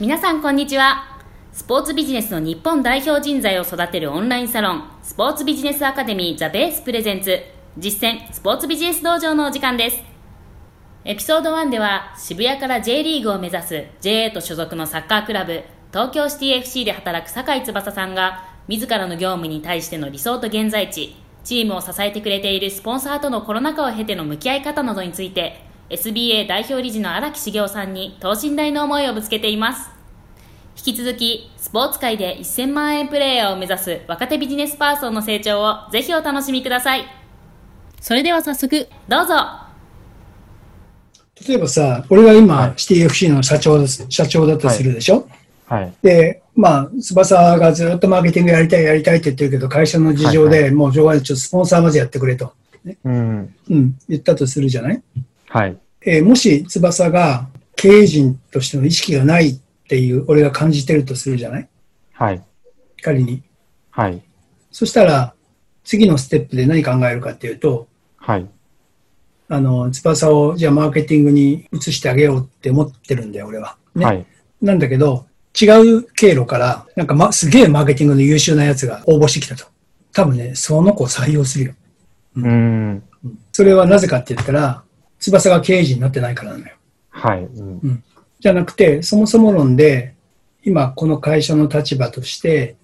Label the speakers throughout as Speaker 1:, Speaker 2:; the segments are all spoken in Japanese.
Speaker 1: 皆さんこんにちはスポーツビジネスの日本代表人材を育てるオンラインサロンスポーツビジネスアカデミーザベースプレゼンツ実践スポーツビジネス道場のお時間ですエピソード1では渋谷から J リーグを目指す JA と所属のサッカークラブ東京シティ FC で働く酒井翼さんが自らの業務に対しての理想と現在地チームを支えてくれているスポンサーとのコロナ禍を経ての向き合い方などについて SBA 代表理事の荒木茂雄さんに等身大の思いをぶつけています引き続きスポーツ界で1000万円プレイヤーを目指す若手ビジネスパーソンの成長をぜひお楽しみくださいそれでは早速どうぞ
Speaker 2: 例えばさ、俺が今、
Speaker 3: はい
Speaker 2: シティ FC の社長です社長だとするでしょ、
Speaker 3: はい。
Speaker 2: で、まあ、翼がずっとマーケティングやりたい、やりたいって言ってるけど、会社の事情で、
Speaker 3: はい
Speaker 2: もう、場外でちょっとスポンサーまずやってくれと、
Speaker 3: うん。
Speaker 2: うん、言ったとするじゃない、
Speaker 3: はい。
Speaker 2: えーもし翼が経営陣としての意識がないっていう、俺が感じてるとするじゃない
Speaker 3: はい。
Speaker 2: 仮に。
Speaker 3: はい。
Speaker 2: そしたら、次のステップで何考えるかっていうと、
Speaker 3: はい。
Speaker 2: あの、翼を、じゃあマーケティングに移してあげようって思ってるんだよ、俺は。ね。
Speaker 3: はい。
Speaker 2: なんだけど、違う経路から、なんか、ま、すげえマーケティングの優秀なやつが応募してきたと。多分ね、その子を採用するよ。
Speaker 3: うん。
Speaker 2: それはなぜかって言ったら、翼が経営陣になってないからなのよ。
Speaker 3: はい。うん
Speaker 2: じゃなくて、そもそも論で、今この会社の立場として、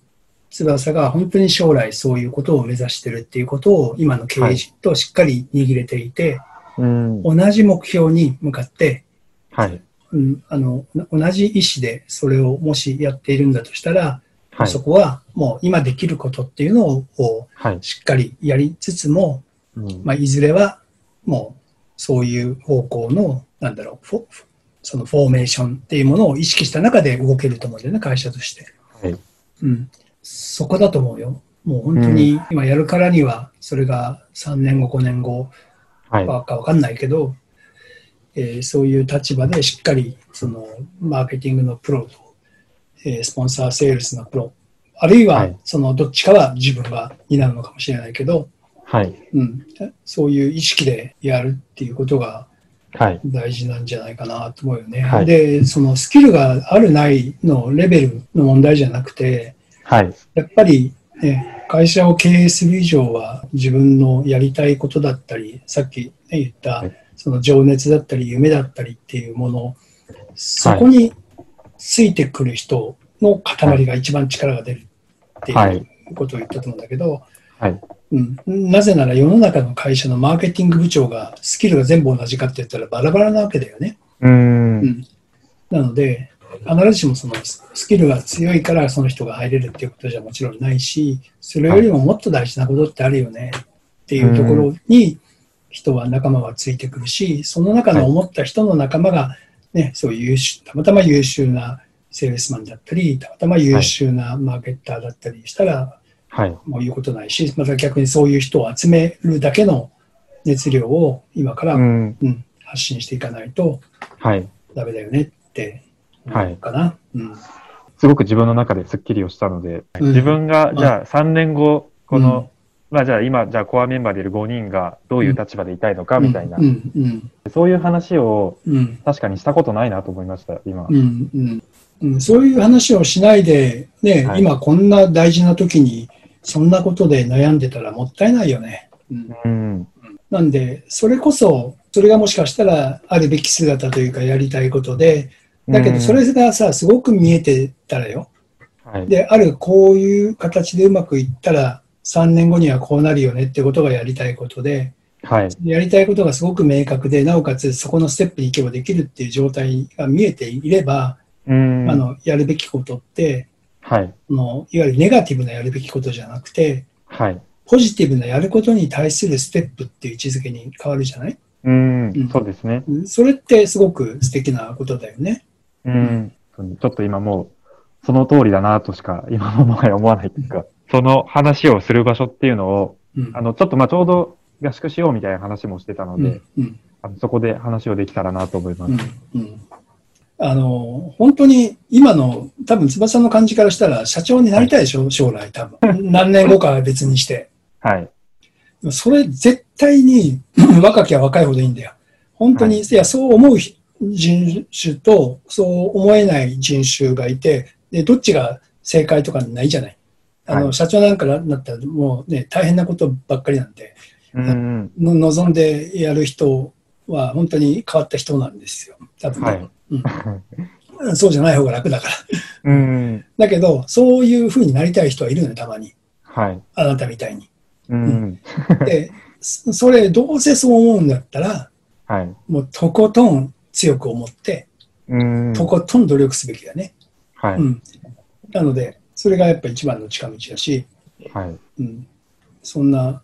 Speaker 2: 翼が本当に将来そういうことを目指してるっていうことを今の経営陣としっかり握れていて、
Speaker 3: うん。
Speaker 2: 同じ目標に向かって
Speaker 3: はい。
Speaker 2: うん、あのな同じ意思でそれをもしやっているんだとしたら、
Speaker 3: はい
Speaker 2: そ。こはもう今できることっていうのをこ
Speaker 3: はい。
Speaker 2: うしっかりやりつつも、
Speaker 3: うん
Speaker 2: まあ、いずれはもうそういう方向のなんだろうフォフォそのフォーメーションっていうものを意識した中で動けると思うんだよね会社として、
Speaker 3: はい。
Speaker 2: うん、そこだと思うよもう本当に今やるからにはそれが3年後5年後
Speaker 3: はい。
Speaker 2: わかわかんないけど、えーそういう立場でしっかりそのマーケティングのプロと、えースポンサーセールスのプロあるい
Speaker 3: は
Speaker 2: はいそのどっちかは自分が担うのかもしれないけど、
Speaker 3: はい。
Speaker 2: うん、そういう意識でやるっていうことが
Speaker 3: はい。
Speaker 2: 大事なんじゃないかなと思うよね。
Speaker 3: はい
Speaker 2: でそのスキルがあるないのレベルの問題じゃなくて
Speaker 3: はい。
Speaker 2: やっぱり、ね、会社を経営する以上は自分のやりたいことだったりさっき、ね、言った、
Speaker 3: はい
Speaker 2: その情熱だったり夢だったりっていうものそこについてくる人の塊が一番力が出るって
Speaker 3: はいいう
Speaker 2: ことを言ったと思うんだけど、
Speaker 3: はい。
Speaker 2: うん、なぜなら世の中の会社のマーケティング部長がスキルが全部同じかって言ったらバラバラなわけだよね。
Speaker 3: う。
Speaker 2: うんん、なので必ずしもそのススキルが強いからその人が入れるっていうことじゃもちろんないしそれよりももっと大事なことってあるよねっていうところに人は仲間はついてくるしその中の思った人の仲間が、ね、そういう優秀たまたま優秀なセールスマンだったりたまたま優秀なマーケッターだったりしたら、
Speaker 3: はい。
Speaker 2: もう言うことないしまた逆にそういう人を集めるだけの熱量を今から、
Speaker 3: うん。
Speaker 2: うん発信していかないと
Speaker 3: はい。
Speaker 2: ダメだよねって
Speaker 3: は
Speaker 2: 思う
Speaker 3: い
Speaker 2: かな。うん
Speaker 3: すごく自分の中ですっきりをしたので、
Speaker 2: うん
Speaker 3: 自分が、じゃあ3年後、こ
Speaker 2: うん
Speaker 3: の、まあじゃあ今、じゃあコアメンバーでいる5人がどういう立場でいたいのかみたいな
Speaker 2: う、んうん
Speaker 3: そういう話を
Speaker 2: うん
Speaker 3: 確かにしたことないなと思いました、今。
Speaker 2: うんうんうんそういう話をしないで、ね
Speaker 3: はい
Speaker 2: 今こんな大事な時にそんなことで悩んでたらもったいないよね。うん
Speaker 3: うん。
Speaker 2: なんでそれこそそれがもしかしたらあるべき姿というかやりたいことでだけ
Speaker 3: う
Speaker 2: ど
Speaker 3: ん
Speaker 2: それがさすごく見えてたらよ
Speaker 3: はい。
Speaker 2: であるこういう形でうまくいったら3年後にはこうなるよねってことがやりたいことで、
Speaker 3: はい。
Speaker 2: やりたいことがすごく明確で、なおかつそこのステップに行けばできるっていう状態が見えていれば、
Speaker 3: うん。
Speaker 2: あのやるべきことって
Speaker 3: はい。
Speaker 2: あの、いわゆるネガティブなやるべきことじゃなくて、
Speaker 3: はい。
Speaker 2: ポジティブなやることに対するステップっていう位置づけに変わるじゃない
Speaker 3: うん。そうですね。
Speaker 2: うんそれってすごく素敵なことだよね。
Speaker 3: うん、ちょっと今もう、その通りだなとしか、今のもはや思わないというか、その話をする場所っていうのを、
Speaker 2: うん
Speaker 3: あの、ちょっとまあちょうど合宿しようみたいな話もしてたの
Speaker 2: う
Speaker 3: で、
Speaker 2: んうん
Speaker 3: あのそこで話をできたらなと思います。
Speaker 2: うんうんあの本当に今の多分翼の感じからしたら社長になりたいでしょ将来多 分何年後かは別にして
Speaker 3: はい。
Speaker 2: それ絶対に若きは若いほどいいんだよ。本当に、いや、そう思うひ人種とそう思えない人種がいてでどっちが正解とかないじゃないあの、
Speaker 3: はい
Speaker 2: 社長なんかになったらもうね大変なことばっかりなんで
Speaker 3: うんうん。
Speaker 2: の望んでやる人は本当に変わった人なんですよ多分ね、
Speaker 3: はい。
Speaker 2: うん そうじゃない方が楽だから
Speaker 3: うん。
Speaker 2: だけどそういうふうになりたい人はいるのよたまに
Speaker 3: はい。
Speaker 2: あなたみたいに
Speaker 3: うん。
Speaker 2: でそそれどうせそう思うんだったら
Speaker 3: はい。
Speaker 2: もうとことん強く思って
Speaker 3: うん。
Speaker 2: とことん努力すべきだね、
Speaker 3: はい。
Speaker 2: うん、なのでそれがやっぱ一番の近道だし、
Speaker 3: は
Speaker 2: う
Speaker 3: い。
Speaker 2: ん、そんな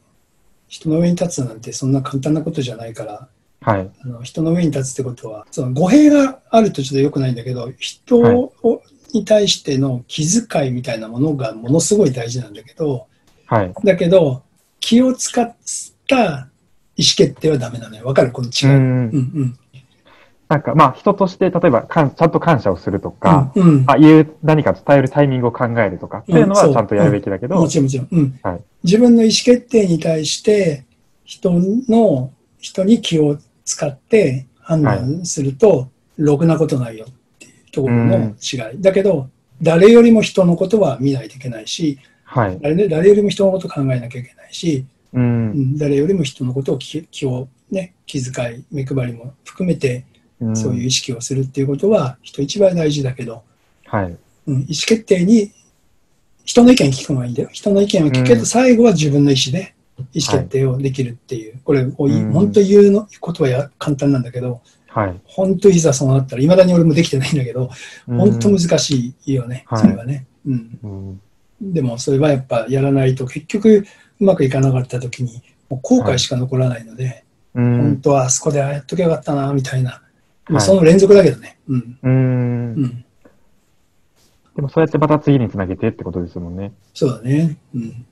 Speaker 2: 人の上に立つなんてそんな簡単なことじゃないから
Speaker 3: はい。
Speaker 2: あの人の上に立つってことはその語弊があるとちょっと良くないんだけど人を、
Speaker 3: はい
Speaker 2: に対しての気遣いみたいなものがものすごい大事なんだけど
Speaker 3: はい。
Speaker 2: だけど気を使った意思決定はダメなのよわかるこの
Speaker 3: う
Speaker 2: 違い、うん
Speaker 3: ん。
Speaker 2: うん
Speaker 3: なんか、まあ、人として、例えば、かんちゃんと感謝をするとか、
Speaker 2: うんうん
Speaker 3: あ、いう、何か伝えるタイミングを考えるとか、っていうの
Speaker 2: うん
Speaker 3: は
Speaker 2: そう
Speaker 3: ちゃんとやるべきだけど、
Speaker 2: もちろん、もちろん。うん
Speaker 3: はい
Speaker 2: 自分の意思決定に対して、人の、人に気を使って判断すると、ろくなことないよっていうところの違い。だけど、誰よりも人のことは見ないといけないし、
Speaker 3: はい。
Speaker 2: 誰誰よりも人のこと考えなきゃいけないし、
Speaker 3: う。
Speaker 2: うんん誰よりも人のことを気気を、ね、気遣い、目配りも含めて、
Speaker 3: ん
Speaker 2: そういう意識をするっていうことは、人一倍大事だけど、
Speaker 3: はい。
Speaker 2: うん、意思決定に人の意見聞くのはいいんだよ人の意見を聞くけど、
Speaker 3: うん
Speaker 2: 最後は自分の意思で意思決定をできるっていう、これをい、
Speaker 3: うん
Speaker 2: 本当言うのことはや簡単なんだけど
Speaker 3: はい。
Speaker 2: 本当いざそうなったらいまだに俺もできてないんだけど
Speaker 3: うん
Speaker 2: 本当難しいよね、
Speaker 3: はい
Speaker 2: それはね、うん、
Speaker 3: うん
Speaker 2: でもそれはやっぱやらないと結局うまくいかなかった時にもう後悔しか残らないので、
Speaker 3: う
Speaker 2: 本
Speaker 3: ん。
Speaker 2: 当はあそこでああやっときゃよかったなみたいな、まあ
Speaker 3: はい
Speaker 2: その連続だけどねうん
Speaker 3: うん
Speaker 2: う。ん
Speaker 3: でもそうやってまた次につなげてってことですもんね。
Speaker 2: そうだねうん